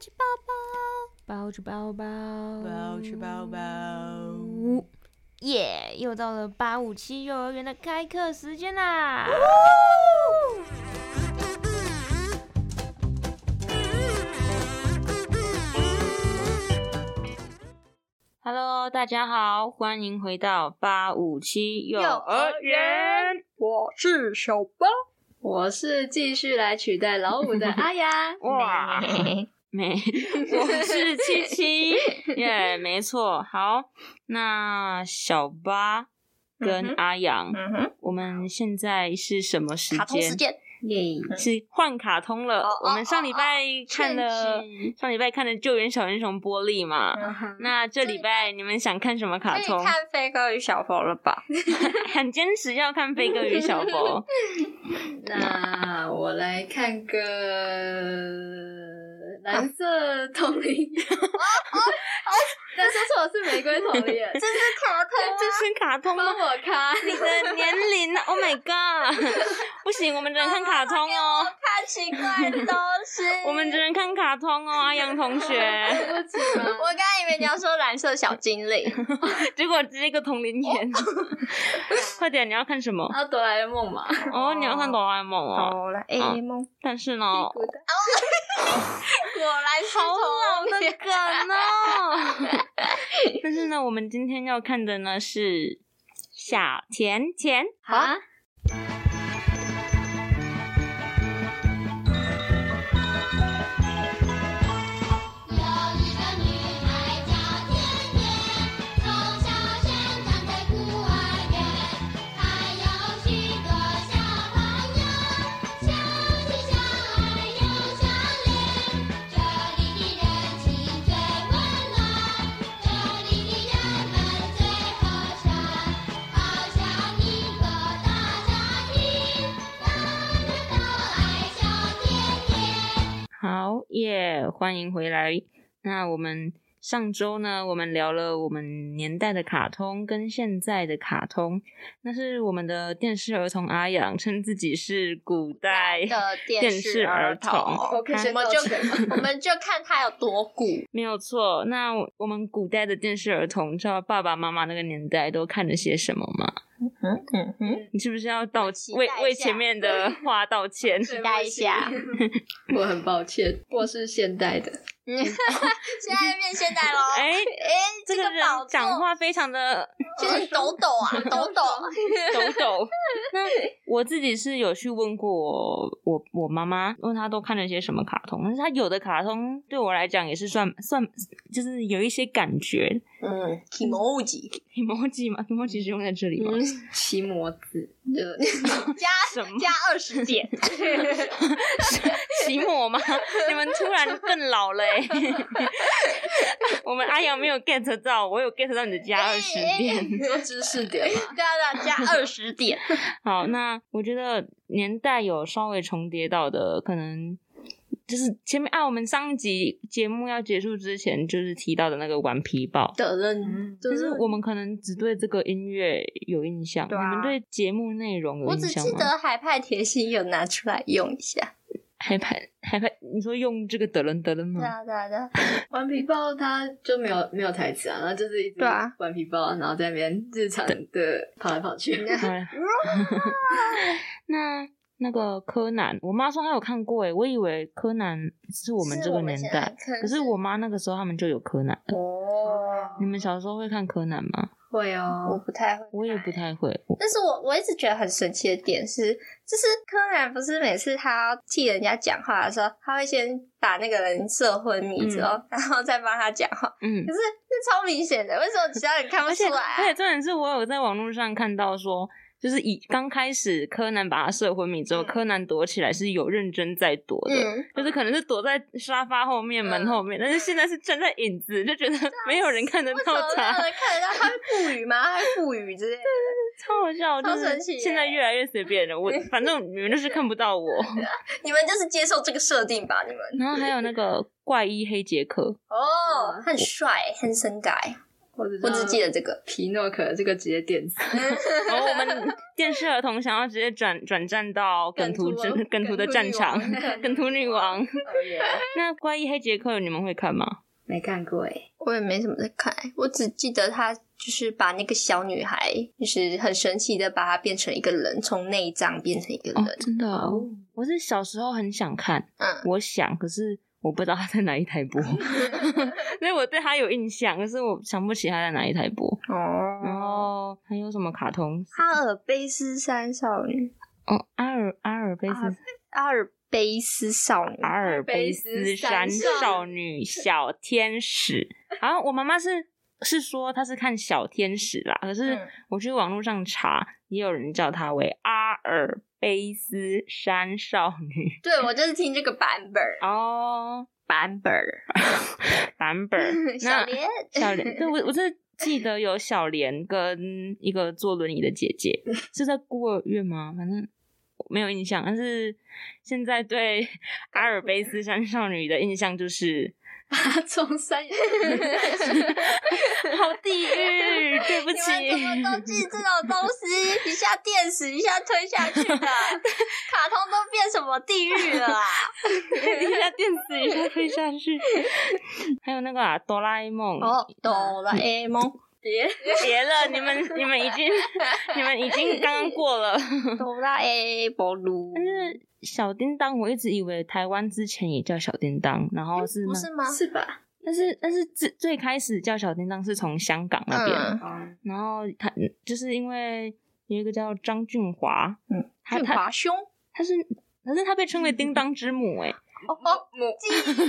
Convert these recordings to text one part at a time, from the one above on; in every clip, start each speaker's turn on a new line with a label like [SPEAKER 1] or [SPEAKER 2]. [SPEAKER 1] 起包包，
[SPEAKER 2] 包着包包，
[SPEAKER 1] 包起包包。
[SPEAKER 2] 耶又到了八五七幼儿园的开课时间啦！Hello，大家好，欢迎回到八五七幼儿园。
[SPEAKER 3] 我是小包，
[SPEAKER 4] 我是继续来取代老五 的阿雅。
[SPEAKER 2] 哇，没，我是七七， 耶、没错。好，那小八跟
[SPEAKER 3] 嗯哼
[SPEAKER 2] 阿阳，
[SPEAKER 3] 嗯哼，
[SPEAKER 2] 我们现在是什么时
[SPEAKER 3] 卡通时
[SPEAKER 2] 间？
[SPEAKER 3] 间，
[SPEAKER 4] 耶！
[SPEAKER 2] 是换卡通了。
[SPEAKER 3] 嗯哦
[SPEAKER 2] 我们上礼拜看了，上礼拜看的《救援小英雄玻璃》嘛。
[SPEAKER 3] 嗯
[SPEAKER 2] 那这礼拜你们想看什么卡
[SPEAKER 3] 可以
[SPEAKER 2] 通？
[SPEAKER 3] 哎看《飞哥与小佛》了吧？
[SPEAKER 2] 很坚持要看《飞哥与 小佛》
[SPEAKER 4] 那我来看个蓝色铜 铃。
[SPEAKER 3] 哦
[SPEAKER 4] 但说错了是玫瑰铜铃，
[SPEAKER 3] 这是卡通，
[SPEAKER 2] 这是卡通
[SPEAKER 4] 帮
[SPEAKER 2] 吗？
[SPEAKER 4] 我看。
[SPEAKER 2] 你的年龄啊！Oh my god！不 行，我们只能看卡通哦。。
[SPEAKER 3] 看奇怪的东西
[SPEAKER 2] 我们只能看卡通哦，阿阳同学。
[SPEAKER 4] 对不起嘛
[SPEAKER 3] 我刚刚以为你要说蓝色小精灵，
[SPEAKER 2] 结果直接一个同龄
[SPEAKER 3] 哦
[SPEAKER 2] 眼。快点，你要看什么？
[SPEAKER 4] 啊，哆啦 A 梦嘛，
[SPEAKER 2] 哦，你要看哆啦 A 梦哦。
[SPEAKER 3] 啊哆啦 A 梦，
[SPEAKER 2] 但是呢，
[SPEAKER 4] 屁股的
[SPEAKER 3] 果然是
[SPEAKER 2] 好老
[SPEAKER 3] 童
[SPEAKER 2] 的
[SPEAKER 3] 年。
[SPEAKER 2] 梗哦。但是呢，我们今天要看的呢是小甜甜。
[SPEAKER 4] 啊，
[SPEAKER 5] 有一个女孩叫甜甜，从小生长在孤儿院，还有许多小朋友，相亲相爱又相恋。这里的人情最温暖，这里的人们最和善，好像一个大家庭，大家都爱小甜甜。
[SPEAKER 2] 好耶欢迎回来。那我们上周呢，我们聊了我们年代的卡通跟现在的卡通，那是我们的电视儿童阿阳称自己是古代
[SPEAKER 3] 的
[SPEAKER 2] 电视儿童
[SPEAKER 4] 我可以
[SPEAKER 3] 我
[SPEAKER 4] 先
[SPEAKER 3] 们
[SPEAKER 4] 道
[SPEAKER 3] 就
[SPEAKER 4] 歉吗
[SPEAKER 3] 我们就看他有多古。
[SPEAKER 2] 没有错。那我们古代的电视儿童，知道爸爸妈妈那个年代都看了些什么吗？
[SPEAKER 3] 嗯嗯嗯，
[SPEAKER 2] 你是不是要道
[SPEAKER 3] 期待
[SPEAKER 2] 为
[SPEAKER 3] 一下
[SPEAKER 2] 为前面 的话道歉？
[SPEAKER 3] 期待一下。
[SPEAKER 4] 我很抱歉，我是现代的，
[SPEAKER 3] 现在变现代喽。
[SPEAKER 2] 哎、
[SPEAKER 3] 哎，
[SPEAKER 2] 这
[SPEAKER 3] 个
[SPEAKER 2] 个人
[SPEAKER 3] 宝座
[SPEAKER 2] 讲话非常的
[SPEAKER 3] 就是抖抖啊，抖抖。
[SPEAKER 2] 抖抖。那我自己是有去问过我我我妈妈，问她都看了些什么卡通，但是她有的卡通对我来讲也是算算，就是有一些感觉。
[SPEAKER 3] 嗯，emoji
[SPEAKER 2] emoji 嘛，emoji 是用在这里吗？
[SPEAKER 4] 嗯，奇摩子，就
[SPEAKER 3] 加
[SPEAKER 2] 什么
[SPEAKER 3] 加二十点，
[SPEAKER 2] 奇摩 吗？你们突然更老了哎、我们阿阳没有 get 到，我有 get 到你的加二十 点。
[SPEAKER 4] 做知识点嘛。
[SPEAKER 3] 对啊对啊，加二十点。
[SPEAKER 2] 好，那我觉得年代有稍微重叠到的，可能就是前面啊，我们上一集节目要结束之前，就是提到的那个顽皮豹。
[SPEAKER 4] 的人，就
[SPEAKER 2] 就是是我们可能只对这个音乐有印象，
[SPEAKER 3] 对啊
[SPEAKER 2] 你们对节目内容有
[SPEAKER 3] 我
[SPEAKER 2] 印
[SPEAKER 3] 只
[SPEAKER 2] 象
[SPEAKER 3] 记
[SPEAKER 2] 吗？
[SPEAKER 3] 得海派甜心有拿出来用一下。
[SPEAKER 2] 害怕害怕，你说用这个德伦德伦
[SPEAKER 3] 对
[SPEAKER 2] 吗？
[SPEAKER 3] 啊对啊对啊，
[SPEAKER 4] 顽皮豹它就没有没有台词啊，然后就是一只
[SPEAKER 3] 对啊
[SPEAKER 4] 顽皮豹，然后在那边日常的跑来跑去。
[SPEAKER 2] 好 了哎那那个柯南，我妈说她有看过欸诶，我以为柯南是我们这个年代，
[SPEAKER 3] 现在
[SPEAKER 2] 可是我妈那个时候他们就有柯南。
[SPEAKER 3] 哦，
[SPEAKER 2] 你们小时候会看柯南吗？
[SPEAKER 4] 会
[SPEAKER 3] 我
[SPEAKER 4] 哦，
[SPEAKER 3] 不太会。
[SPEAKER 2] 我也不太会。我
[SPEAKER 3] 但是我我一直觉得很神奇的点是，就是柯南不是每次他要替人家讲话的时候，他会先把那个人设昏迷之后，然后再帮他讲话。
[SPEAKER 2] 嗯
[SPEAKER 3] 可，是那超明显的，为什么其他人看不
[SPEAKER 2] 而
[SPEAKER 3] 出
[SPEAKER 2] 且
[SPEAKER 3] 来
[SPEAKER 2] 而且
[SPEAKER 3] 啊？
[SPEAKER 2] 重点是我有在网络上看到说，就是以刚开始柯南把他射昏迷之后，
[SPEAKER 3] 嗯
[SPEAKER 2] 柯南躲起来是有认真在躲的。
[SPEAKER 3] 嗯，
[SPEAKER 2] 就是可能是躲在沙发后面、门后面，但是现在是站在影子，就觉得
[SPEAKER 3] 啊
[SPEAKER 2] 没有人看得
[SPEAKER 3] 为什
[SPEAKER 2] 到
[SPEAKER 3] 么没
[SPEAKER 2] 他
[SPEAKER 3] 有，人看得到？他会赋语吗？他会赋语之类的。
[SPEAKER 2] 超好笑，
[SPEAKER 3] 超
[SPEAKER 2] 就
[SPEAKER 3] 神
[SPEAKER 2] 是
[SPEAKER 3] 奇耶
[SPEAKER 2] 现在越来越随便了。我反正你们就是看不到我。
[SPEAKER 3] 你们就是接受这个设定吧，你们。
[SPEAKER 2] 然后还有那个怪医黑杰克，
[SPEAKER 3] 哦，他很帅，很神改。
[SPEAKER 4] 我只
[SPEAKER 3] 我只记
[SPEAKER 4] 得
[SPEAKER 3] 得这个。
[SPEAKER 4] 皮诺可这个直接电死。
[SPEAKER 2] 然后我们电视儿童想要直接转转战到梗图
[SPEAKER 4] 梗图
[SPEAKER 2] 真梗图的
[SPEAKER 4] 梗图
[SPEAKER 2] 战
[SPEAKER 4] 女
[SPEAKER 2] 场
[SPEAKER 4] 王，
[SPEAKER 2] 梗图女王。
[SPEAKER 4] 哦耶，
[SPEAKER 2] 那怪异黑杰克你们会看吗？
[SPEAKER 4] 没看过哎，
[SPEAKER 3] 我也没什么在看，欸我只记得他就是把那个小女孩，就是很神奇的把她变成一个人，从内脏变成一个人。
[SPEAKER 2] 哦，真的哦、我是小时候很想看，
[SPEAKER 3] 嗯，
[SPEAKER 2] 我想，可是我不知道他在哪一台播，所以我对他有印象，可是我想不起他在哪一台播。然
[SPEAKER 3] 哦，
[SPEAKER 2] 后还有什么卡通？
[SPEAKER 3] 阿尔卑斯山少女，
[SPEAKER 2] 哦，阿尔阿尔卑斯
[SPEAKER 3] 阿尔卑斯少女
[SPEAKER 2] 阿，尔卑斯山少女小天使。然后我妈妈是是说她是看小天使啦，可是
[SPEAKER 3] 嗯
[SPEAKER 2] 我去网络上查，也有人叫她为阿尔卑斯山少女
[SPEAKER 3] 对我就是听这个版 本儿
[SPEAKER 2] 哦，
[SPEAKER 3] 版本儿，
[SPEAKER 2] 版本
[SPEAKER 3] 小
[SPEAKER 2] 那
[SPEAKER 3] 莲，
[SPEAKER 2] 小莲， 对我我真的记得有小莲跟一个坐轮椅的姐姐，是在孤儿院吗？反正我没有印象，但是现在 对阿尔卑斯山少女的印象就是
[SPEAKER 4] 他从山 野
[SPEAKER 2] 好 地狱，对不
[SPEAKER 3] 你们怎么都
[SPEAKER 2] 起。
[SPEAKER 3] 记这种东西？一下电死，一下推下去的，卡通都变什么地狱了啊？
[SPEAKER 2] 一下电死，一下推下去。 还有那个啊，哆啦 A 梦，
[SPEAKER 3] 哦，哆啦 A 梦，
[SPEAKER 4] 别
[SPEAKER 2] 别了，你们你们已经你们已经刚刚过了。
[SPEAKER 3] 哆啦 A 波鲁，
[SPEAKER 2] 但是小叮当，我一直以为台湾之前也叫小叮当，然后是
[SPEAKER 3] 不
[SPEAKER 2] 吗
[SPEAKER 3] 是吗？
[SPEAKER 4] 是吧？
[SPEAKER 2] 但是但是最最开始叫小叮当是从香港那边，
[SPEAKER 3] 嗯
[SPEAKER 4] 哦，
[SPEAKER 2] 然后他就是因为有一个叫张俊华，
[SPEAKER 3] 嗯，
[SPEAKER 2] 他
[SPEAKER 3] 俊
[SPEAKER 2] 他
[SPEAKER 3] 华兄，
[SPEAKER 2] 他是可是他被称为叮当之母 哎、
[SPEAKER 3] 哦哦， 俊俊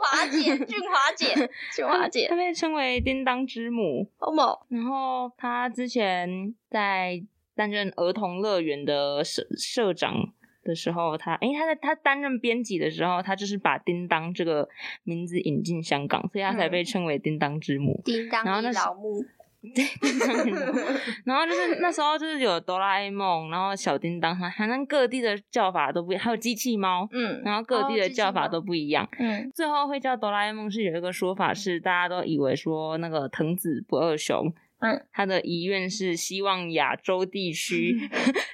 [SPEAKER 3] 华姐，俊华姐， 俊华姐
[SPEAKER 2] 他，被称为叮当之母，
[SPEAKER 3] 哦某，
[SPEAKER 2] 然后他之前在担任儿童乐园的社社长的时候，他诶、他在他担任编辑的时候，他就是把叮当这个名字引进香港，所以他才
[SPEAKER 3] 嗯
[SPEAKER 2] 被称为叮当之母。
[SPEAKER 3] 叮当
[SPEAKER 2] 然后
[SPEAKER 3] 你
[SPEAKER 2] 那是
[SPEAKER 3] 老木，
[SPEAKER 2] 对，叮当之母。 然后就是那时候就是有哆啦 A 梦，然后小叮当，反正各地的叫法都不一，还有机器猫，
[SPEAKER 3] 嗯
[SPEAKER 2] 然后各地
[SPEAKER 4] 哦
[SPEAKER 2] 的
[SPEAKER 4] 机器
[SPEAKER 2] 叫法
[SPEAKER 4] 猫
[SPEAKER 2] 都不一样。
[SPEAKER 3] 嗯，
[SPEAKER 2] 最后会叫哆啦 A 梦是有一个说法是，大家都以为说那个藤子不二雄，
[SPEAKER 3] 嗯，
[SPEAKER 2] 他的遗愿是希望亚洲地 区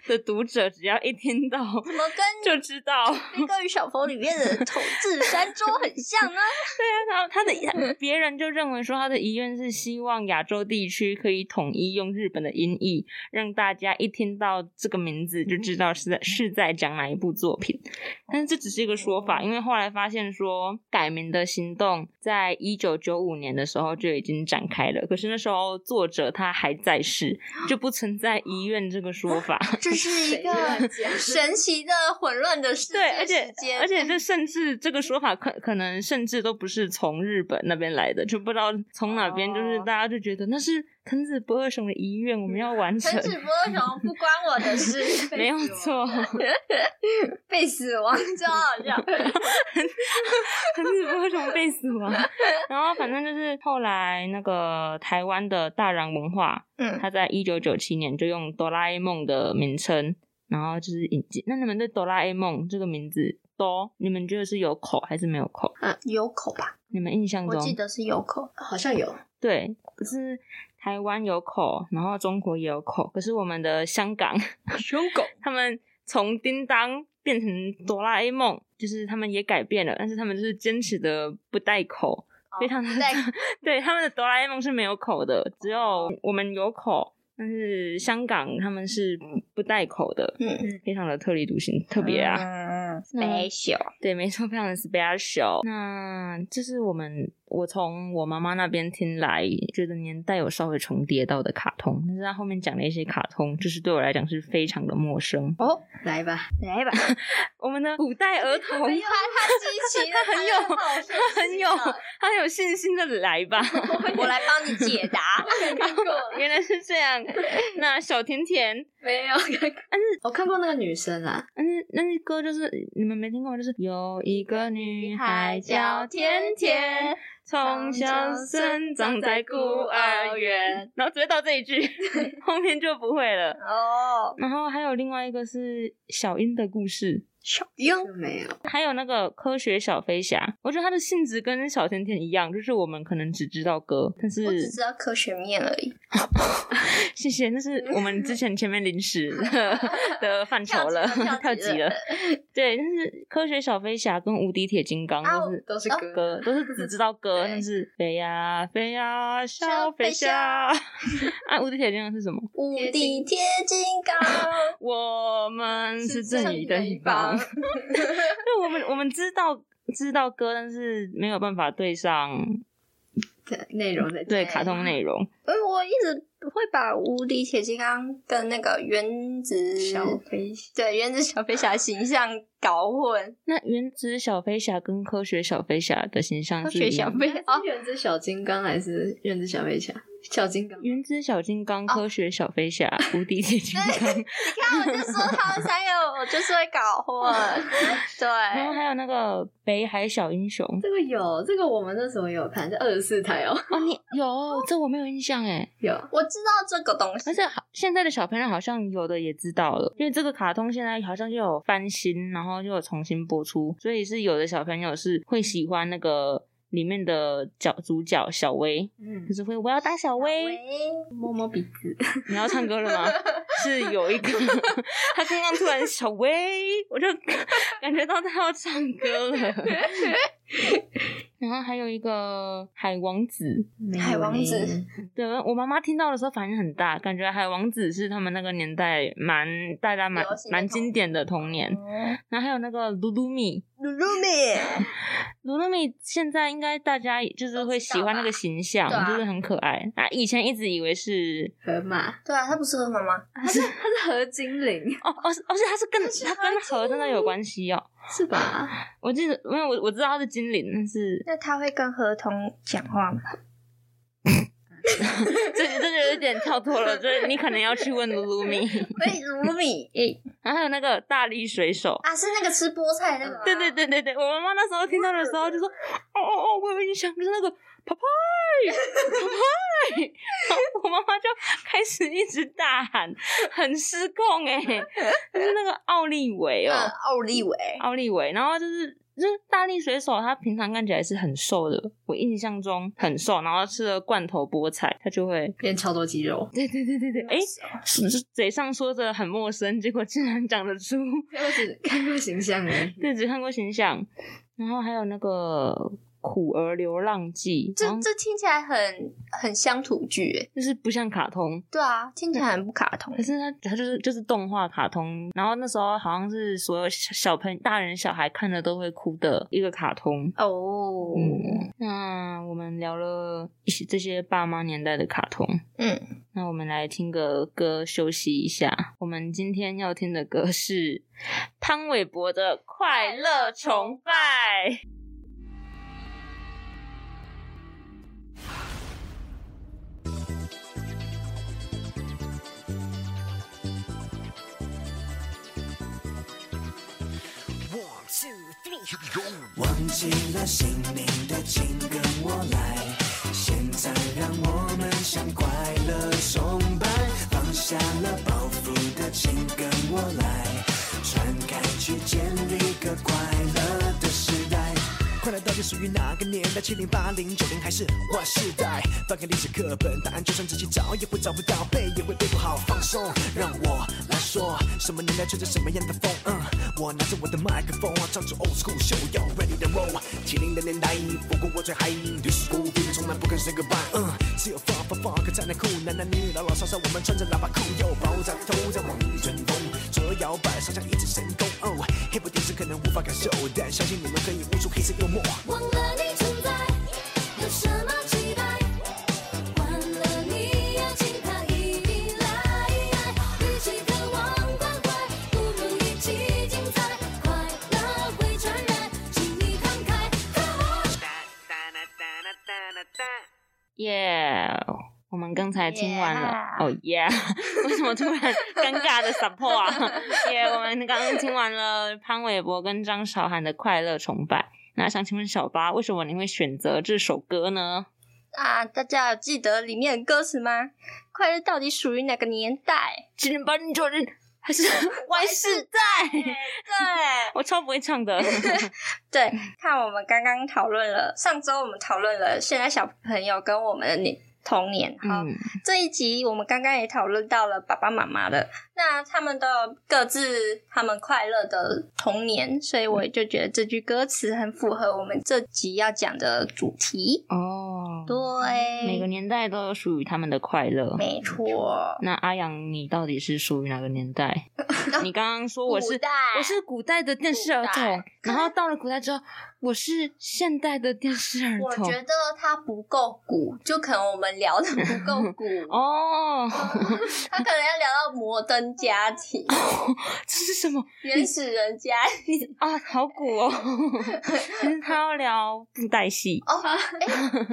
[SPEAKER 2] 的读者只要一听到
[SPEAKER 3] 怎么跟
[SPEAKER 2] 就知道，
[SPEAKER 3] 《冰哥与小佛》里面 的统治山庄很像呢？
[SPEAKER 2] 啊然后他的别人就认为说他的遗愿是希望亚洲地区可以统一用日本的音译，让大家一听到这个名字就知道是在是在讲哪一部作品。但是这只是一个说法，因为后来发现说改名的行动在一九九五年的时候就已经展开了，可是那时候作者他还在世，就不存在遗愿这个说法。
[SPEAKER 3] 这是一
[SPEAKER 4] 谁
[SPEAKER 3] 个
[SPEAKER 4] 乱讲
[SPEAKER 3] 神奇的混乱的世界，
[SPEAKER 2] 对，而且
[SPEAKER 3] 时间
[SPEAKER 2] 而且这甚至这个说法可可能甚至都不是从日本那边来的，就不知道从哪边，就是
[SPEAKER 4] 哦
[SPEAKER 2] 大家就觉得那是藤子不二雄的遗愿，我们要完成
[SPEAKER 3] 陈，子波雄不关我的事，
[SPEAKER 2] 没有错。
[SPEAKER 3] 被死亡就好 笑。
[SPEAKER 2] 藤子不二雄 被死亡，然后反正就是后来那个台湾的大洋文化，
[SPEAKER 3] 嗯，
[SPEAKER 2] 他在一九九七年就用哆啦 A 梦的名称，然后就是引进。那你们对哆啦 A 梦这个名字哆，你们觉得是有口还是没有口？
[SPEAKER 4] 啊
[SPEAKER 3] 有口吧？
[SPEAKER 2] 你们印象
[SPEAKER 3] 我
[SPEAKER 2] 中？
[SPEAKER 3] 记得是有口。
[SPEAKER 4] 好像有
[SPEAKER 2] 对，可是台湾有口，然后中国也有口，可是我们的香港，
[SPEAKER 3] 哦
[SPEAKER 4] 凶狗，
[SPEAKER 2] 他们从叮当变成哆啦 A 梦，就是他们也改变了，但是他们就是坚持的不带口，非常的
[SPEAKER 3] 哦不带
[SPEAKER 2] 对，他们的哆啦 A 梦是没有口的，只有我们有口。但是香港他们是不带口的，
[SPEAKER 3] 嗯，
[SPEAKER 2] 非常的特立独行，特别啊。
[SPEAKER 3] 嗯
[SPEAKER 2] 那
[SPEAKER 3] ，special。
[SPEAKER 2] 对，没错，非常的 special。那这是我们我从我妈妈那边听来，觉得年代有稍微重叠到的卡通，但是她后面讲了一些卡通，就是对我来讲是非常的陌生。
[SPEAKER 3] 哦，
[SPEAKER 4] 来吧，
[SPEAKER 3] 来吧，
[SPEAKER 2] 我们的古代儿童，
[SPEAKER 3] 他他激情，
[SPEAKER 2] 他 很有，他很有
[SPEAKER 3] 好，啊
[SPEAKER 2] 他很有信心的来 吧。
[SPEAKER 3] 胜心的我来帮你解 答。
[SPEAKER 4] 没看过，
[SPEAKER 2] 原来是这样。那小甜甜，
[SPEAKER 4] 没 有看过，但是我看过那个女生啊，
[SPEAKER 2] 但是那些歌就是你们没听过吗，就是有一个女孩叫甜甜，从小生长在孤儿园，然后只会到这一 句，后面就不会了。
[SPEAKER 3] 哦，
[SPEAKER 2] 然后还有另外一个是小樱的故事，
[SPEAKER 3] 小樱
[SPEAKER 4] 就没有。哦
[SPEAKER 2] 还有那个科学小飞侠，我觉得它的性质跟小甜甜一样，就是我们可能只知道歌，但
[SPEAKER 3] 我只
[SPEAKER 2] 是
[SPEAKER 3] 知道科学面而已，
[SPEAKER 2] 谢谢，那是我们之前前面临 时的范畴了， 跳
[SPEAKER 3] 跳级
[SPEAKER 2] 级
[SPEAKER 3] 了
[SPEAKER 2] 了。对，但是科学小飞侠跟无敌铁金刚
[SPEAKER 3] 啊
[SPEAKER 2] 都是
[SPEAKER 4] 都是
[SPEAKER 3] 哦
[SPEAKER 4] 歌，
[SPEAKER 2] 歌，都是只知 道歌，
[SPEAKER 3] 对
[SPEAKER 2] 但是飞呀飞呀小
[SPEAKER 3] 小
[SPEAKER 2] 飞
[SPEAKER 3] 飞
[SPEAKER 2] 侠。 啊，无敌铁金刚是什么？
[SPEAKER 3] 无敌铁金 刚，
[SPEAKER 2] 我们是正义的一方。
[SPEAKER 4] 是
[SPEAKER 2] 对，我们我们知道知道歌，但是没有办法对上
[SPEAKER 4] 对内容在
[SPEAKER 2] 对
[SPEAKER 3] 对
[SPEAKER 2] 卡通内 容。
[SPEAKER 3] 因为嗯我一直会把无敌铁金刚跟那个原子
[SPEAKER 4] 小飞侠
[SPEAKER 3] 对原子小飞侠形象搞混，
[SPEAKER 2] 那原子小飞侠跟科学小飞侠的形象
[SPEAKER 3] 科
[SPEAKER 2] 是
[SPEAKER 3] 学
[SPEAKER 2] 一
[SPEAKER 3] 小
[SPEAKER 2] 样的。
[SPEAKER 3] 飞
[SPEAKER 4] 哎
[SPEAKER 3] 哦
[SPEAKER 4] 是原子小金刚还是原子小飞侠？小金刚
[SPEAKER 2] 原子小金刚、科学小飞侠、无敌铁 金刚，
[SPEAKER 3] 你看，我就说他们三个，我就是会搞混。
[SPEAKER 2] 然后
[SPEAKER 3] 对，
[SPEAKER 2] 还有那个北海小英雄。
[SPEAKER 4] 这个有，这个我们那时候有看，是二十四台哦，
[SPEAKER 2] 哦，你有这我没有印象哎，
[SPEAKER 4] 有
[SPEAKER 3] 我知道这个东西
[SPEAKER 2] 而。且好现在的小朋友好像有的也知道了，因为这个卡通现在好像就有翻新，然后就有重新播出，所以是有的小朋友是会喜欢那个里面的角主角小薇，
[SPEAKER 4] 嗯
[SPEAKER 2] 就，是会我要当小薇，
[SPEAKER 4] 摸摸鼻子，
[SPEAKER 2] 你要唱歌了 吗？是有一个， 他刚刚突然小薇，我就 感觉到他要唱 歌了。然后还有一个海王子，
[SPEAKER 3] 海王
[SPEAKER 4] 欸
[SPEAKER 3] 子
[SPEAKER 2] 对我妈妈听到的时候反应很大，感觉海王子是他们那个年代蛮大家蛮
[SPEAKER 3] 流行的
[SPEAKER 2] 蛮
[SPEAKER 3] 童嗯
[SPEAKER 2] 经典的童年。然后还有那个鲁鲁米，
[SPEAKER 3] 鲁鲁米，
[SPEAKER 2] 鲁鲁米现在应该大家就是会喜欢那个形象，
[SPEAKER 3] 都知道吧对啊
[SPEAKER 2] 就是很可爱。啊，以前一直以为是
[SPEAKER 4] 河马，
[SPEAKER 3] 对啊，他不是河马吗？
[SPEAKER 4] 它是河精灵
[SPEAKER 2] 哦哦是哦是，它是跟它跟河真的有关系哦。
[SPEAKER 4] 是吧？
[SPEAKER 2] 我记得，因为我我知道它是精灵，但 是
[SPEAKER 3] 那他会跟河童讲话吗？
[SPEAKER 2] 这这就有点跳脱了，就是你可能要去问鲁鲁米。
[SPEAKER 3] 喂，鲁米，诶，
[SPEAKER 2] 然后还有那个大力水手，
[SPEAKER 3] 啊，是那个吃菠菜那 个吗？
[SPEAKER 2] 对对对对对，我妈妈那时候听到的时候就说：“哦哦哦，我有印象，就是那个啪啪啪啪。”然后我妈妈就开始一直大喊，很失控哎、就是那个奥利维哦，
[SPEAKER 3] 嗯，奥利维，
[SPEAKER 2] 奥利维，然后就是。就是大力水手，他平常看起来是很瘦的，我印象中很瘦，然后吃了罐头菠菜，他就会，
[SPEAKER 4] 变超多肌肉，
[SPEAKER 2] 对对对对对，哎、是是嘴上说着很陌生，结果竟然讲得出，
[SPEAKER 4] 看过只看过形象而已。
[SPEAKER 2] 对，只看过形象，然后还有那个《苦儿流浪记》，
[SPEAKER 3] 这
[SPEAKER 2] 好像
[SPEAKER 3] 这听起来很很乡土剧，诶
[SPEAKER 2] 就是不像卡通，
[SPEAKER 3] 对啊，听起来很不卡通
[SPEAKER 2] 可。是它它就是就是动画卡通，然后那时候好像是所有小小朋大人小孩看了都会哭的一个卡通。
[SPEAKER 3] 哦，
[SPEAKER 2] 嗯，那我们聊了一些这些爸妈年代的卡通，
[SPEAKER 3] 嗯，
[SPEAKER 2] 那我们来听个歌休息一下。我们今天要听的歌是潘玮柏的《快乐崇拜》。
[SPEAKER 6] 忘记了姓名的，请跟我来。现在让我们向快乐崇拜，放下了包袱的，请跟我来。传开去，建立个快乐的时代。快乐到底属于哪个年代？七零、八零、九零还是划时代？翻开历史课本，答案就算仔细找也会找不到，背也会背不好。放松，让我来说，什么年代吹着什么样的风？嗯，我拿着我的麦克风，啊唱出 old school show，要 ready to roll。七零的年代，不过我最嗨，历史古典从来不肯 say goodbye。嗯，只有 funk funk funk 才能酷，男男女女老老少少，我们穿着喇叭裤，又爆炸头在往日卷风，左摇摆，上下一直神功。哦，hip hop 电视可能无法感受，但相信你们可以悟出黑色幽默。
[SPEAKER 5] 忘了你存在，有什么期待？换了你邀请他一起来，与其渴望关怀，不如一起精彩。快乐会传染，请你慷慨。
[SPEAKER 2] 耶、我们刚才听完了，
[SPEAKER 3] Yeah
[SPEAKER 2] 哦耶！为什么突 然尴尬的 support 啊？耶、我们刚刚听完了潘玮柏跟张韶涵的《快乐崇拜》，那想请问小八，为什么你会选择这首歌呢？
[SPEAKER 3] 啊，大家有记 得里面的歌词吗？快乐到底属于哪个年代？
[SPEAKER 2] 今天把你叫人。还 是 Y 世代？
[SPEAKER 3] 对
[SPEAKER 2] 我超不会 唱的。
[SPEAKER 3] 对，看我们刚刚讨论了，上周我们讨论了现在小朋友跟我们的年童年，然后
[SPEAKER 2] 嗯，
[SPEAKER 3] 这一集我们刚刚也讨论到了爸爸妈妈的，那他们都有各自他们快乐的童年，所以我就觉得这句歌词很符合我们这集要讲的主题。
[SPEAKER 2] 哦，
[SPEAKER 3] 对，
[SPEAKER 2] 每个年代都有属于他们的快乐。
[SPEAKER 3] 没错，
[SPEAKER 2] 那阿阳，你到底是属于哪个年 代？你刚刚说我
[SPEAKER 3] 古
[SPEAKER 2] 是
[SPEAKER 3] 代
[SPEAKER 2] 我是古代的电视儿
[SPEAKER 3] 古代
[SPEAKER 2] 童，然后到了古代之后，我是现代的电视儿
[SPEAKER 3] 我
[SPEAKER 2] 童，
[SPEAKER 3] 觉。得它不够古，就可能我们聊的不够古
[SPEAKER 2] 哦，
[SPEAKER 3] 他可能要聊到摩登家庭、
[SPEAKER 2] 这是什么
[SPEAKER 3] 原始人家庭。
[SPEAKER 2] 啊？好古 哦！可是他要聊布袋戏，
[SPEAKER 3] 哦，哎，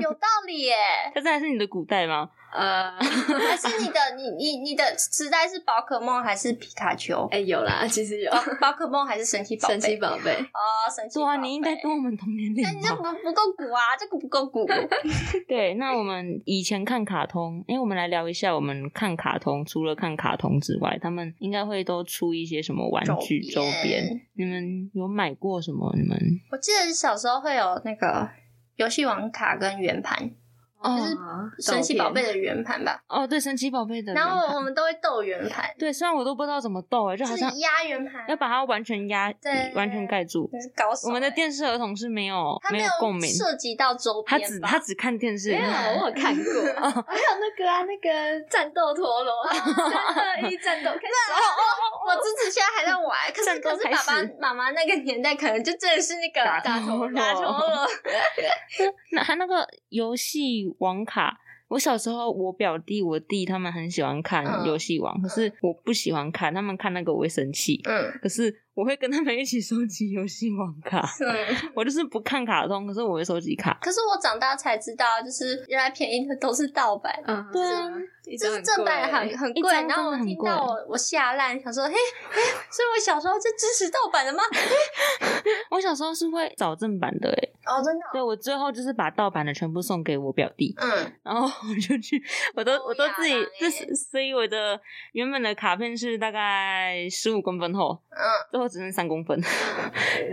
[SPEAKER 3] 有道理耶！
[SPEAKER 2] 可这还是你的古代吗？
[SPEAKER 4] 呃，
[SPEAKER 3] 还是你的你你你的时代是宝可梦还是皮卡丘？
[SPEAKER 4] 哎、有啦，其实有
[SPEAKER 3] 宝宝可梦还是神奇哦宝贝？
[SPEAKER 4] 神奇宝贝，
[SPEAKER 3] 哦，神奇
[SPEAKER 2] 对
[SPEAKER 3] 宝
[SPEAKER 2] 啊，
[SPEAKER 3] 贝。
[SPEAKER 2] 你应该跟我们同年
[SPEAKER 3] 那
[SPEAKER 2] 龄
[SPEAKER 3] 你这
[SPEAKER 2] 吧？
[SPEAKER 3] 不不够古啊，这个不够古。
[SPEAKER 2] 对，那我们以前看卡通，哎，我们来聊一下，我们看卡通，除了看卡通之外，他们应该会都出一些什么玩具周
[SPEAKER 3] 周边
[SPEAKER 2] 边？你们有买过什么？你们
[SPEAKER 3] 我记得小时候会有那个游戏王卡跟圆盘，
[SPEAKER 2] 哦
[SPEAKER 3] 是
[SPEAKER 4] 啊
[SPEAKER 3] 神奇宝贝的圆盘吧，
[SPEAKER 2] 哦，对，神奇宝贝的圆
[SPEAKER 3] 然
[SPEAKER 2] 盘，
[SPEAKER 3] 后我们都会斗圆盘，
[SPEAKER 2] 对，虽然我都不知道怎么斗，哎，就好像
[SPEAKER 3] 是压圆盘
[SPEAKER 2] 要，把它完全压
[SPEAKER 3] 对，
[SPEAKER 2] 完全盖住。
[SPEAKER 3] 你是高手欸。
[SPEAKER 2] 我们的电视儿童是没有
[SPEAKER 3] 他
[SPEAKER 2] 没
[SPEAKER 3] 有
[SPEAKER 2] 共鸣，
[SPEAKER 3] 涉及到周
[SPEAKER 2] 他
[SPEAKER 3] 边吧，啊
[SPEAKER 2] 只他只看电视
[SPEAKER 4] 没。有，我有看过， 还有那个啊，那个战斗陀螺，三二一战斗开始，
[SPEAKER 3] 哦 我侄子现在还在玩，可是
[SPEAKER 2] 战斗
[SPEAKER 3] 可是
[SPEAKER 2] 开
[SPEAKER 3] 爸爸
[SPEAKER 2] 始
[SPEAKER 3] 妈妈那个年代可能就真的是那个
[SPEAKER 2] 打陀
[SPEAKER 3] 陀
[SPEAKER 2] 螺
[SPEAKER 3] 打陀螺，
[SPEAKER 2] 那他那个游戏王卡，我小时候我表弟我弟他们很喜欢看
[SPEAKER 3] 嗯
[SPEAKER 2] 游戏王，可是我不喜欢看，他们看那个我会生气。
[SPEAKER 3] 嗯
[SPEAKER 2] 可是我会跟他们一起收集游戏王卡，
[SPEAKER 3] 嗯。
[SPEAKER 2] 我就是不看卡通，可是我会收集卡。
[SPEAKER 3] 可是我长大才知道，就是原来便宜的都是盗版。
[SPEAKER 4] 嗯，
[SPEAKER 2] 对啊，
[SPEAKER 4] 一
[SPEAKER 3] 就是
[SPEAKER 4] 张很欸
[SPEAKER 3] 正版
[SPEAKER 4] 贵
[SPEAKER 3] 很很
[SPEAKER 2] 欸一
[SPEAKER 3] 贵，
[SPEAKER 2] 张
[SPEAKER 3] 然后
[SPEAKER 2] 真
[SPEAKER 3] 我
[SPEAKER 2] 的很
[SPEAKER 3] 听
[SPEAKER 2] 贵欸
[SPEAKER 3] 到我我吓烂，想说嘿嘿，所以我小时候就支持盗版的吗？
[SPEAKER 2] 我小时候是会找正版的、欸，
[SPEAKER 3] 哦，真的哦，
[SPEAKER 2] 对我最后就是把盗版的全部送给我表弟，
[SPEAKER 3] 嗯，
[SPEAKER 2] 然后我就去，我都我都自己
[SPEAKER 3] 欧亚，
[SPEAKER 2] 这
[SPEAKER 3] 郎
[SPEAKER 2] 是所以我的原本的卡片是大概十五公分厚，
[SPEAKER 3] 嗯，
[SPEAKER 2] 最后只剩三公分，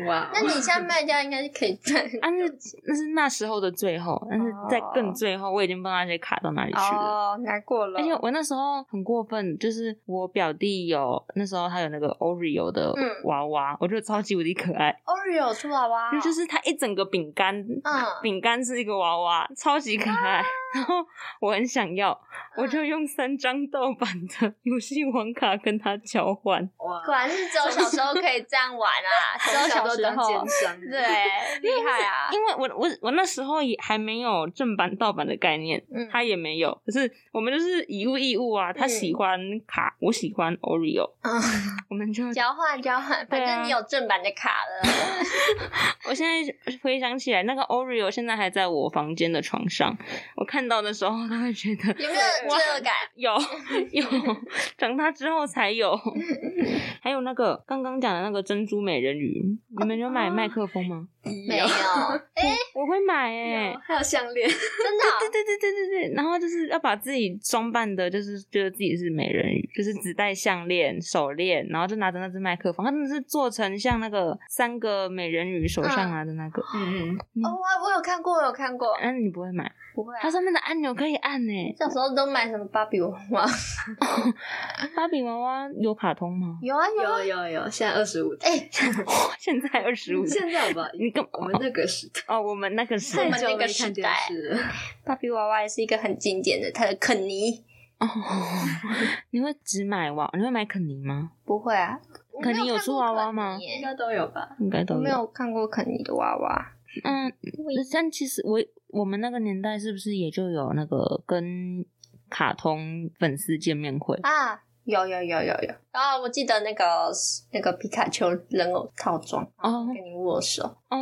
[SPEAKER 4] 哇，哦
[SPEAKER 3] 那你现在卖掉应该是可以赚
[SPEAKER 2] 啊，那那是那时候的最后，但是在更最后，我已经不知道那些卡到哪里去了。
[SPEAKER 3] 哦，难过了
[SPEAKER 2] 而且我那时候很过分，就是我表弟有那时候他有那个 Oreo 的
[SPEAKER 3] 嗯
[SPEAKER 2] 娃娃，我觉得超级无敌可爱，
[SPEAKER 3] Oreo 出娃娃哦，
[SPEAKER 2] 就是它一整个饼干，
[SPEAKER 3] 嗯
[SPEAKER 2] 饼干是一个娃娃，超级可爱。然后我很想要，
[SPEAKER 3] 嗯
[SPEAKER 2] 我就用三张盗版的游戏王卡跟他交换。
[SPEAKER 4] 哇，
[SPEAKER 3] 果然是只有小时候可以这样玩啊， 只有小
[SPEAKER 4] 都
[SPEAKER 3] 时
[SPEAKER 4] 当
[SPEAKER 3] 候
[SPEAKER 4] 奸，商，
[SPEAKER 3] 对，厉 害啊！
[SPEAKER 2] 因为我我我那时候也还没有正版盗版的概念，
[SPEAKER 3] 嗯
[SPEAKER 2] 他也没有。可是我们就是以物易物啊，他喜欢卡，我喜欢 Oreo，
[SPEAKER 3] 嗯，
[SPEAKER 2] 我们就。
[SPEAKER 3] 交换交换，
[SPEAKER 2] 对
[SPEAKER 3] 反
[SPEAKER 2] 啊
[SPEAKER 3] 正你有正版的卡了。
[SPEAKER 2] 我现在回想起来，那个 Oreo 现在还在我房间的床上，我看到的时候都会觉得
[SPEAKER 3] 有没有
[SPEAKER 2] 哇
[SPEAKER 3] 罪恶感？
[SPEAKER 2] 有 有，长大之后才有。
[SPEAKER 4] 嗯
[SPEAKER 2] 还有那个刚刚讲的那个珍珠美人鱼，你们有买
[SPEAKER 4] 哦
[SPEAKER 2] 麦克风吗？
[SPEAKER 3] 没 有，哎，
[SPEAKER 2] 我会买诶、
[SPEAKER 4] 有还有项链，
[SPEAKER 3] 真的啊
[SPEAKER 2] 对对对对对对，然后就是要把自己装扮的，就是觉得自己是美人鱼，就是只戴项链、手链，然后就拿着那只麦克风，它真的是做成像那个三个美人鱼手上拿的那个。
[SPEAKER 4] 嗯嗯，
[SPEAKER 3] 哦，哦我我有看过，我有看过，
[SPEAKER 2] 嗯，你不会买？
[SPEAKER 3] 不会啊。
[SPEAKER 2] 它上面的按钮可以按呢、欸
[SPEAKER 3] 小时候都买什么芭比娃娃？
[SPEAKER 2] 芭比娃娃有卡通吗？
[SPEAKER 3] 有啊有啊
[SPEAKER 4] 有，有有，现在二十五，
[SPEAKER 3] 哎，
[SPEAKER 2] 现在二十五，
[SPEAKER 4] 现在好不好？
[SPEAKER 2] 你跟
[SPEAKER 4] 我们那个时代
[SPEAKER 2] 哦，我们那个时
[SPEAKER 4] 太
[SPEAKER 3] 们
[SPEAKER 4] 久
[SPEAKER 3] 那
[SPEAKER 4] 没
[SPEAKER 3] 个
[SPEAKER 4] 看
[SPEAKER 3] 时
[SPEAKER 4] 电
[SPEAKER 3] 代
[SPEAKER 4] 视了，
[SPEAKER 3] 芭比娃娃也是一个很经典的，它的肯尼
[SPEAKER 2] 哦，你会只买娃？你会买肯尼吗？
[SPEAKER 3] 不会啊，我没
[SPEAKER 2] 肯尼有
[SPEAKER 3] 看
[SPEAKER 2] 出
[SPEAKER 3] 过
[SPEAKER 2] 娃
[SPEAKER 3] 肯
[SPEAKER 2] 娃吗
[SPEAKER 3] 尼耶
[SPEAKER 4] 应该都有 吧？
[SPEAKER 2] 应该
[SPEAKER 3] 我
[SPEAKER 2] 都
[SPEAKER 3] 没。有看过肯尼的娃娃，
[SPEAKER 2] 嗯，但其实我我们那个年代是不是也就有那个跟卡通粉丝见面会？
[SPEAKER 3] 啊，有有有有有啊！我记得那个那个皮卡丘人偶套装，
[SPEAKER 2] 哦
[SPEAKER 3] 跟你握手
[SPEAKER 2] 哦、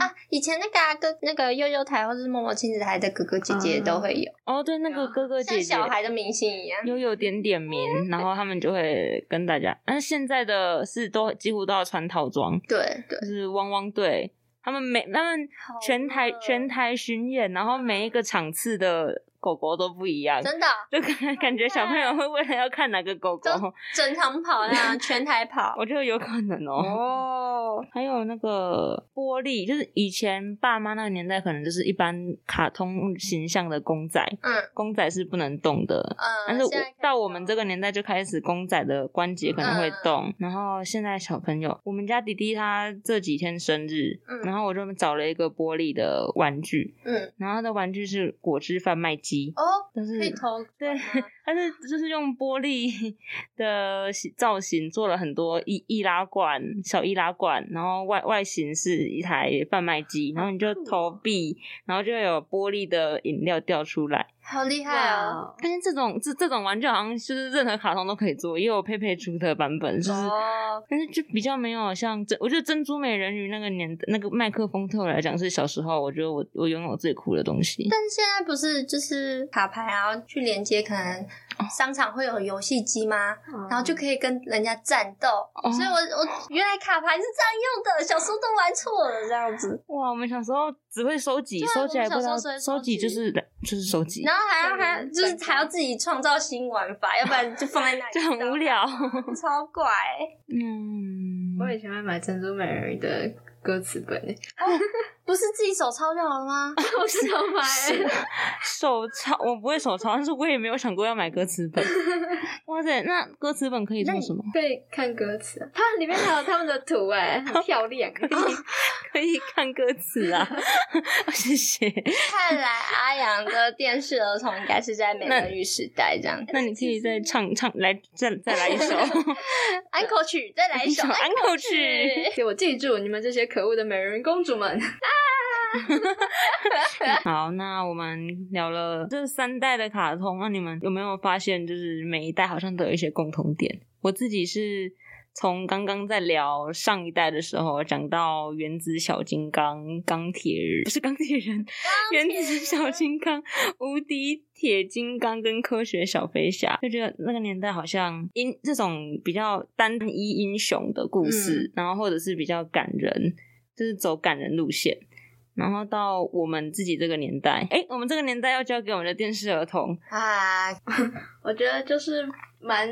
[SPEAKER 3] 啊。以前那个、啊、哥那个悠悠台或是默默亲子台的哥哥姐姐
[SPEAKER 4] 嗯
[SPEAKER 3] 都会有，
[SPEAKER 2] 哦，对，那个哥哥姐
[SPEAKER 3] 像
[SPEAKER 2] 姐
[SPEAKER 3] 小孩的明星一样。
[SPEAKER 2] 又有点点名，然后他们就会跟大家。但是现在的是都几乎都要穿套装，
[SPEAKER 3] 对对
[SPEAKER 2] 就，是汪汪队。他们每他们全台全台巡演，然后每一个场次的狗狗都不一样，
[SPEAKER 3] 真的哦
[SPEAKER 2] 就感感觉小朋友会为了要看哪个狗狗，
[SPEAKER 3] 都 整场跑啦，全台 跑。
[SPEAKER 2] 我觉得有可能哦。
[SPEAKER 3] 哦，
[SPEAKER 2] 还有那个玻璃，就是以前爸妈那个年代，可能就是一般卡通形象的公仔，
[SPEAKER 3] 嗯
[SPEAKER 2] 公仔是不能动的。
[SPEAKER 3] 嗯，
[SPEAKER 2] 但是我
[SPEAKER 3] 现在
[SPEAKER 2] 到我们这
[SPEAKER 3] 个
[SPEAKER 2] 个年代就开始，公仔的关节可能
[SPEAKER 3] 嗯
[SPEAKER 2] 会动。然后现在小朋友，我们家弟弟他这几天生日，
[SPEAKER 3] 嗯
[SPEAKER 2] 然后我就找了一个玻璃的玩具，
[SPEAKER 3] 嗯
[SPEAKER 2] 然后他的玩具是果汁贩卖机，
[SPEAKER 3] 哦，
[SPEAKER 2] 但是
[SPEAKER 3] 可以投
[SPEAKER 2] 嗯对它是就是用玻璃的形造型做了很多易易拉罐、小易拉罐，然后外外形是一台贩卖机，然后你就
[SPEAKER 3] 哦
[SPEAKER 2] 投币，然后就会有玻璃的饮料掉出来。
[SPEAKER 3] 好厉害
[SPEAKER 4] 哇
[SPEAKER 3] 哦！
[SPEAKER 4] 哦，
[SPEAKER 2] 但是这种这这种玩具好像就是任何卡通都可以做，也有佩佩猪的版本，就是。
[SPEAKER 3] 哦，
[SPEAKER 2] 但是就比较没有像珍，我觉得珍珠美人鱼那个年那个麦克风对我来讲是小时候，我觉得我我拥有最酷的东西。
[SPEAKER 3] 但是现在不是就是卡牌啊，然后去连接，可能
[SPEAKER 2] 哦
[SPEAKER 3] 商场会有游戏机吗？
[SPEAKER 4] 哦
[SPEAKER 3] 然后就可以跟人家战斗。
[SPEAKER 2] 哦
[SPEAKER 3] 所以我我原来卡牌是这样用的， 小时候都玩错了这样子，
[SPEAKER 2] 哇，我们小时候只会收集，
[SPEAKER 3] 对啊
[SPEAKER 2] 收集还不知
[SPEAKER 3] 我
[SPEAKER 2] 道
[SPEAKER 3] 们小时候只会收
[SPEAKER 2] 收集就
[SPEAKER 3] 集
[SPEAKER 2] 是就是收集，
[SPEAKER 3] 然后还要
[SPEAKER 4] 对
[SPEAKER 3] 还就是
[SPEAKER 4] 战斗
[SPEAKER 3] 还要自己创造新玩法，要不然就放在 那里
[SPEAKER 2] 就很无，聊。
[SPEAKER 3] 超怪、
[SPEAKER 2] 嗯，
[SPEAKER 4] 我以前会买珍珠美人鱼的歌词 本，
[SPEAKER 3] 不是自己手抄就好了吗？
[SPEAKER 4] 我想 买，
[SPEAKER 2] 手抄我不会手抄，但是我也没有想过要买歌词 本。哇塞，那歌词本可以做什么？
[SPEAKER 4] 可以看歌词啊，它里面还有他们的图哎，很漂亮，
[SPEAKER 2] 可以看歌词 啊， 谢谢。
[SPEAKER 3] 看来阿阳的电视儿童应该是在美人鱼时代这样。
[SPEAKER 2] 那你可以再唱唱来，再再来一首
[SPEAKER 3] 安可曲，再来一
[SPEAKER 2] 一
[SPEAKER 3] 首
[SPEAKER 2] 首
[SPEAKER 3] 安可
[SPEAKER 2] 安可曲。
[SPEAKER 4] 给我记住你们这些可恶的美人鱼公主们。
[SPEAKER 2] 好，那我们聊了这三代的卡通，那你们有没有发现，就是每一代好像都有一些共同点？我自己是从刚刚在聊上一代的时候，讲到原子小金刚、钢铁人，不是钢铁人，原子小金刚、无敌铁金刚跟科学小飞侠，就觉得那个年代好像英这种比较单一英雄的故事，然后或者是比较感人，就是走感人路线。然后到我们自己这个年代，哎，我们这个年代要交给我们的电视儿童，
[SPEAKER 3] 啊，
[SPEAKER 4] 我觉得就是蛮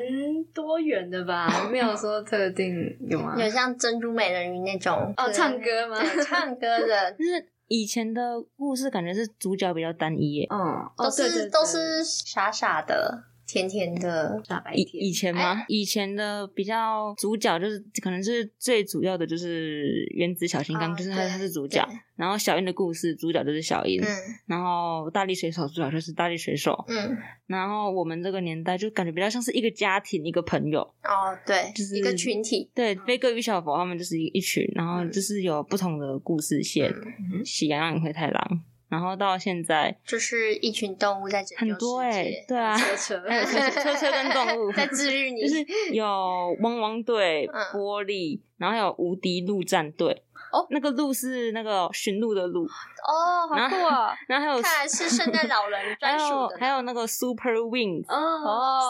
[SPEAKER 4] 多元的吧，没有说特定有 吗？
[SPEAKER 3] 有像珍珠美人鱼那种
[SPEAKER 4] 哦唱歌吗
[SPEAKER 3] 对，唱歌 的
[SPEAKER 2] 就是以前的故事感觉是主角比较单一耶，
[SPEAKER 4] 嗯，
[SPEAKER 3] 都
[SPEAKER 4] 哦
[SPEAKER 3] 是、
[SPEAKER 4] 对对对
[SPEAKER 3] 都是傻傻的、甜甜的。
[SPEAKER 4] 傻白
[SPEAKER 2] 以
[SPEAKER 4] 甜，
[SPEAKER 2] 以前吗？以前的比较主角就是可能是最主要的就是原子小金刚，
[SPEAKER 3] 哦
[SPEAKER 2] 就是他
[SPEAKER 3] 对
[SPEAKER 2] 他是主角
[SPEAKER 3] 对，
[SPEAKER 2] 然后小樱的故事主角就是小樱，
[SPEAKER 3] 嗯
[SPEAKER 2] 然后大力水手主角就是大力水手，
[SPEAKER 3] 嗯，
[SPEAKER 2] 然后我们这个年代就感觉比较像是一个家庭一个朋友，
[SPEAKER 3] 哦，对，
[SPEAKER 2] 就是
[SPEAKER 3] 一个群体。
[SPEAKER 2] 对，飞哥与小佛他们就是一一群，然
[SPEAKER 3] 嗯
[SPEAKER 2] 后就是有不同的故事线，
[SPEAKER 4] 嗯
[SPEAKER 2] 喜羊羊与灰太狼，然后到现在
[SPEAKER 3] 就是一群动物在拯救
[SPEAKER 2] 很多哎、
[SPEAKER 3] 世界
[SPEAKER 2] 对 啊，
[SPEAKER 4] 车车，
[SPEAKER 2] 还有车车车跟动物，
[SPEAKER 3] 在治愈你。
[SPEAKER 2] 就是 有汪汪队、
[SPEAKER 3] 嗯
[SPEAKER 2] 玻璃，然后还有无敌陆战队。
[SPEAKER 3] 哦，
[SPEAKER 2] 那个鹿是那个驯鹿的鹿，
[SPEAKER 3] 哦，好酷哦！
[SPEAKER 2] 然后还有
[SPEAKER 3] 看来是 圣诞老人专
[SPEAKER 2] 还有
[SPEAKER 3] 属的呢。
[SPEAKER 2] 还有那个 Super Wings，、
[SPEAKER 4] 哦，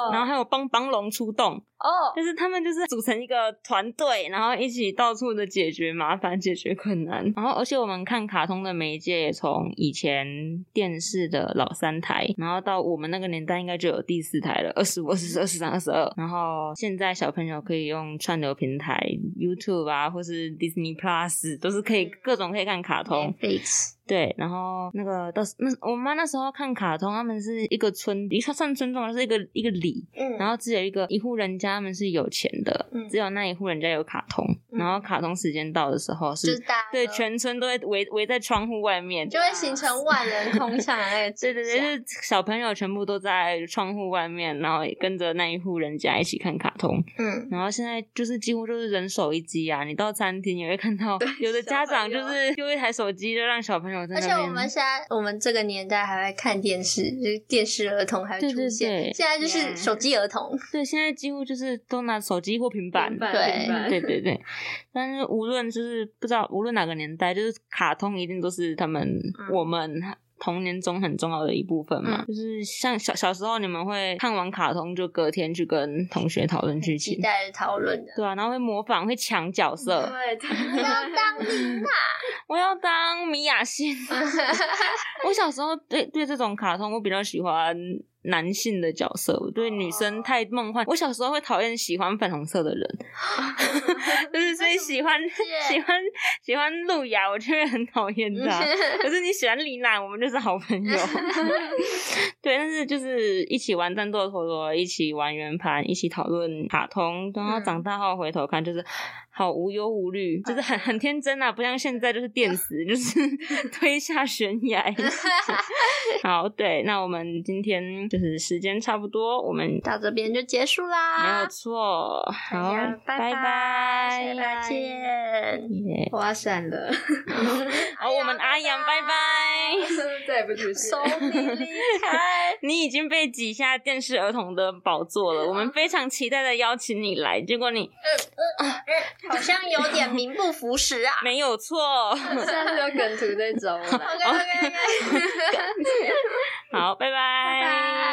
[SPEAKER 3] 哦
[SPEAKER 2] 然后还有帮帮龙出动，
[SPEAKER 3] 哦，
[SPEAKER 2] 就是他们就是组成一个团队，然后一起到处的解决麻烦、解决困难。然后，而且我们看卡通的媒介也从以前电视的老三台，然后到我们那个年代应该就有第四台了，二十五、二十四、二十三、二十二。然后现在小朋友可以用串流平台 YouTube 啊，或是 Disney Plus，都是可以各种可以看卡通。
[SPEAKER 3] 嗯 Netflix
[SPEAKER 2] 对，然后那个到时那我妈那时候看卡通，他们是一个村，它算村庄，是一个一个里，
[SPEAKER 3] 嗯，
[SPEAKER 2] 然后只有一个一户人家，他们是有钱的，
[SPEAKER 3] 嗯
[SPEAKER 2] 只有那一户人家有卡通，
[SPEAKER 3] 嗯
[SPEAKER 2] 然后卡通时间到的时候，
[SPEAKER 3] 就是是大家
[SPEAKER 2] 对
[SPEAKER 3] 都
[SPEAKER 2] 全村都会围围在窗户外面，
[SPEAKER 3] 就会啊形成万人空巷的那个景
[SPEAKER 2] 对对对，就
[SPEAKER 3] 象
[SPEAKER 2] 是小朋友全部都在窗户外面，然后跟着那一户人家一起看卡通，
[SPEAKER 3] 嗯，
[SPEAKER 2] 然后现在就是几乎就是人手一机啊，你到餐厅也会看到有的
[SPEAKER 4] 小
[SPEAKER 2] 家
[SPEAKER 4] 朋
[SPEAKER 2] 长就
[SPEAKER 4] 友
[SPEAKER 2] 是用一台手机就让小朋友在那
[SPEAKER 3] 而且
[SPEAKER 2] 边，
[SPEAKER 3] 我们现在我们这个年代还会看电视，就是电视儿童还会
[SPEAKER 2] 对
[SPEAKER 3] 出
[SPEAKER 2] 对
[SPEAKER 3] 现。
[SPEAKER 2] 对
[SPEAKER 3] 现在就是手机儿童，
[SPEAKER 2] 对现在几乎就是都拿手机或平板，
[SPEAKER 4] 平板
[SPEAKER 3] 对
[SPEAKER 4] 平板
[SPEAKER 2] 对对对，但是无论就是不知道无论哪个年代，就是卡通一定都是他们、我们童年中很重要的一部分嘛。就是像小小时候，你们会看完卡通就隔天去跟同学讨论剧
[SPEAKER 3] 期
[SPEAKER 2] 情，
[SPEAKER 3] 待着讨论的。
[SPEAKER 4] 嗯
[SPEAKER 2] 对啊，然后会模仿，会抢角色，
[SPEAKER 4] 对对，
[SPEAKER 3] 我要当妮娜，
[SPEAKER 2] 我要当米雅信。 我小时候对对这种卡通，我比较喜欢男性的角色，我对女生太梦幻。我小时候会讨厌喜欢粉红色的人，就是所以 喜欢 喜欢喜欢路亚，我就会很讨厌他。 可是你喜欢李娜，我们就是好朋友。对，但是就是一起玩战斗陀螺，一起玩圆盘，一起讨论卡通，然后
[SPEAKER 3] 嗯
[SPEAKER 2] 长大后回头看，就是好无忧无虑，就是很很天真啊，不像现在就是电死，就是推下悬崖。好，对，那我们今天就是时间差不多，我们
[SPEAKER 3] 到这边就结束啦，
[SPEAKER 2] 没有错，好
[SPEAKER 3] 大家，啊拜
[SPEAKER 2] 拜
[SPEAKER 3] 下礼
[SPEAKER 2] 拜。
[SPEAKER 3] 拜见。
[SPEAKER 2] 耶
[SPEAKER 4] 我要闪了，
[SPEAKER 2] 好，我们阿阳拜拜。
[SPEAKER 4] 再也不出去
[SPEAKER 3] 手
[SPEAKER 4] 了。
[SPEAKER 3] 臂离 开，
[SPEAKER 2] 你已经被挤下电视儿童的宝座了，我们非常期待的邀请你来，结果你
[SPEAKER 3] 好像有点名不符实 啊。
[SPEAKER 2] 没有错。
[SPEAKER 4] 下次有梗图再找我来。
[SPEAKER 3] OK OK OK。
[SPEAKER 2] 好，拜拜。
[SPEAKER 3] 拜